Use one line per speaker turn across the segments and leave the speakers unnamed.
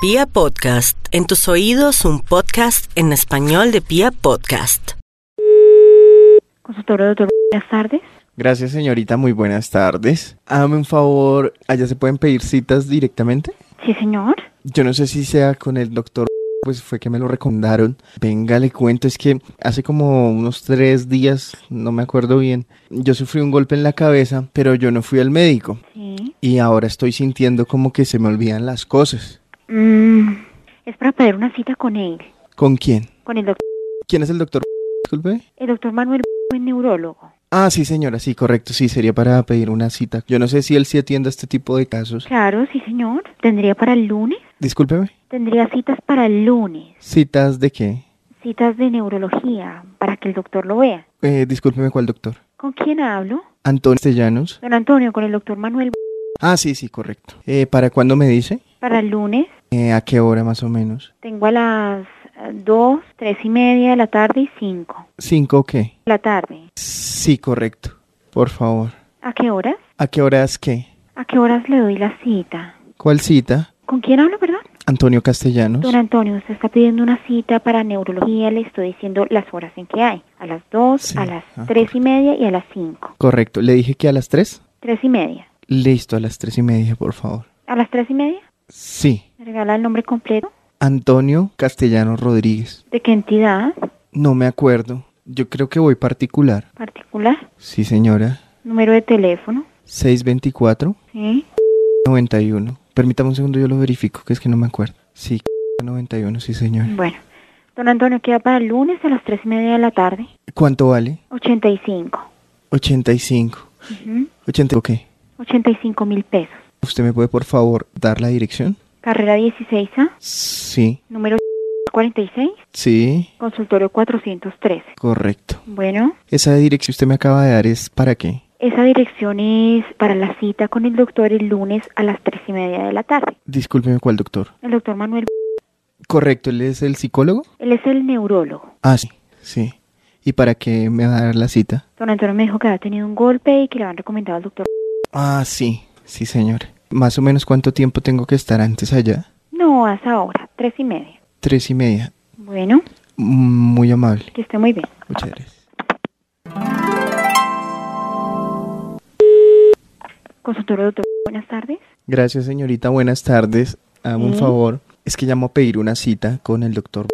Pia Podcast, en tus oídos un podcast en español de Pia Podcast.
Consultorio doctor, buenas tardes.
Gracias, señorita. Muy buenas tardes. Hágame un favor, ¿allá se pueden pedir citas directamente?
Sí, señor.
Yo no sé si sea con el doctor, pues fue que me lo recomendaron. Venga, le cuento, es que hace como unos tres días, no me acuerdo bien, yo sufrí un golpe en la cabeza, pero yo no fui al médico.
Sí.
Y ahora estoy sintiendo como que se me olvidan las cosas.
Mm, es para pedir una cita con él,
¿Con quién?
con el doctor,
¿Quién es el doctor? Disculpe.
el doctor Manuel, el neurólogo.
Ah, sí, señora, sí, correcto, sí, sería para pedir una cita. Yo no sé si él sí atiende este tipo de casos.
Claro, sí, señor. ¿Tendría para el lunes?
Discúlpeme.
Tendría citas para el lunes,
¿Citas de qué?
citas de neurología, para que el doctor lo vea.
Eh, discúlpeme, ¿cuál doctor?
¿Con quién hablo?
Antonio Castellanos.
Don Antonio, con el doctor Manuel,
Ah, sí, sí, correcto. Eh, ¿Para cuándo me dice?
para el lunes.
Eh, ¿A qué hora más o menos?
Tengo a las eh, dos, tres y media de la tarde y cinco
¿Cinco o qué?
de la tarde.
Sí, correcto. Por favor.
¿A qué horas?
¿A qué horas qué?
¿A qué horas le doy la cita?
¿Cuál cita?
¿Con quién hablo, perdón?
Antonio Castellanos.
Don Antonio, usted está pidiendo una cita para neurología, le estoy diciendo las horas en que hay, a las 2,
Sí,
a las
ah,
3 y media y a las 5,
Correcto. ¿Le dije que a las tres?
3 y media.
Listo, a las tres y media, por favor.
¿A las 3 y media?
Sí.
¿Me regala el nombre completo?
Antonio Castellanos Rodríguez.
¿De qué entidad
No me acuerdo. Yo creo que voy particular.
particular?
Sí, señora.
¿Número de teléfono?
624.
¿Sí?
91. Permítame un segundo, yo lo verifico, que es que no me acuerdo. Sí, 91, sí, señor.
Bueno, don Antonio, queda para el lunes a las 3 y media de la tarde,
¿Cuánto vale?
85.
85.
Ujú,
80, ok.
85 mil pesos.
¿Usted me puede, por favor, dar la dirección?
Carrera 16A,
Sí,
número 46,
sí,
consultorio 413.
correcto.
Bueno,
¿Esa dirección que usted me acaba de dar es para qué?
Esa dirección es para la cita con el doctor el lunes a las tres y media de la tarde.
Discúlpeme, ¿cuál doctor?
El doctor Manuel,
Correcto, ¿él es el psicólogo?
él es el neurólogo.
Ah, sí, sí. ¿Y para qué me va a dar la cita?
Don Antonio me dijo que había tenido un golpe y que le habían recomendado al doctor.
Ah, sí, sí, señor. ¿Más o menos cuánto tiempo tengo que estar antes allá?
No, hasta ahora, tres y media.
Tres y media.
Bueno,
Mm, Muy amable.
que esté muy bien.
Muchas gracias.
Consultorio doctor, buenas tardes.
Gracias, señorita. Buenas tardes. Hago un
Sí.
favor. Es que llamo a pedir una cita con el doctor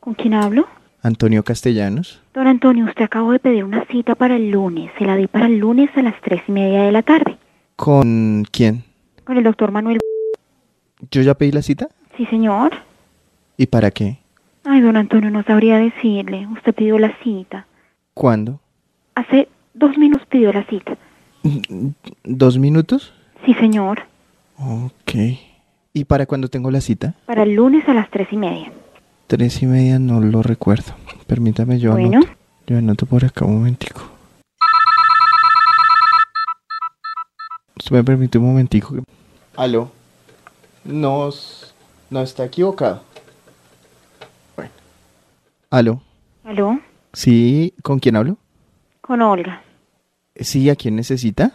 ¿Con quién hablo?
Antonio Castellanos.
Don Antonio, usted acabó de pedir una cita para el lunes. Se la di para el lunes a las tres y media de la tarde.
¿Con quién?
Con el doctor Manuel.
¿Yo ya pedí la cita?
Sí, señor.
¿Y para qué?
Ay, don Antonio, no sabría decirle. Usted pidió la cita.
¿Cuándo?
Hace dos minutos pidió la cita.
Mm, ¿Dos minutos?
Sí, señor.
Ok. ¿Y para cuándo tengo la cita?
Para el lunes a las tres y media.
Tres y media, no lo recuerdo. Permítame, yo
Bueno.
anoto. Yo anoto por acá un momentico. ¿Usted me permite un momentico? Aló. No, no está equivocado. Bueno. Aló.
¿Aló?
Sí, ¿con quién hablo?
Con Olga.
Sí, ¿a quién necesita?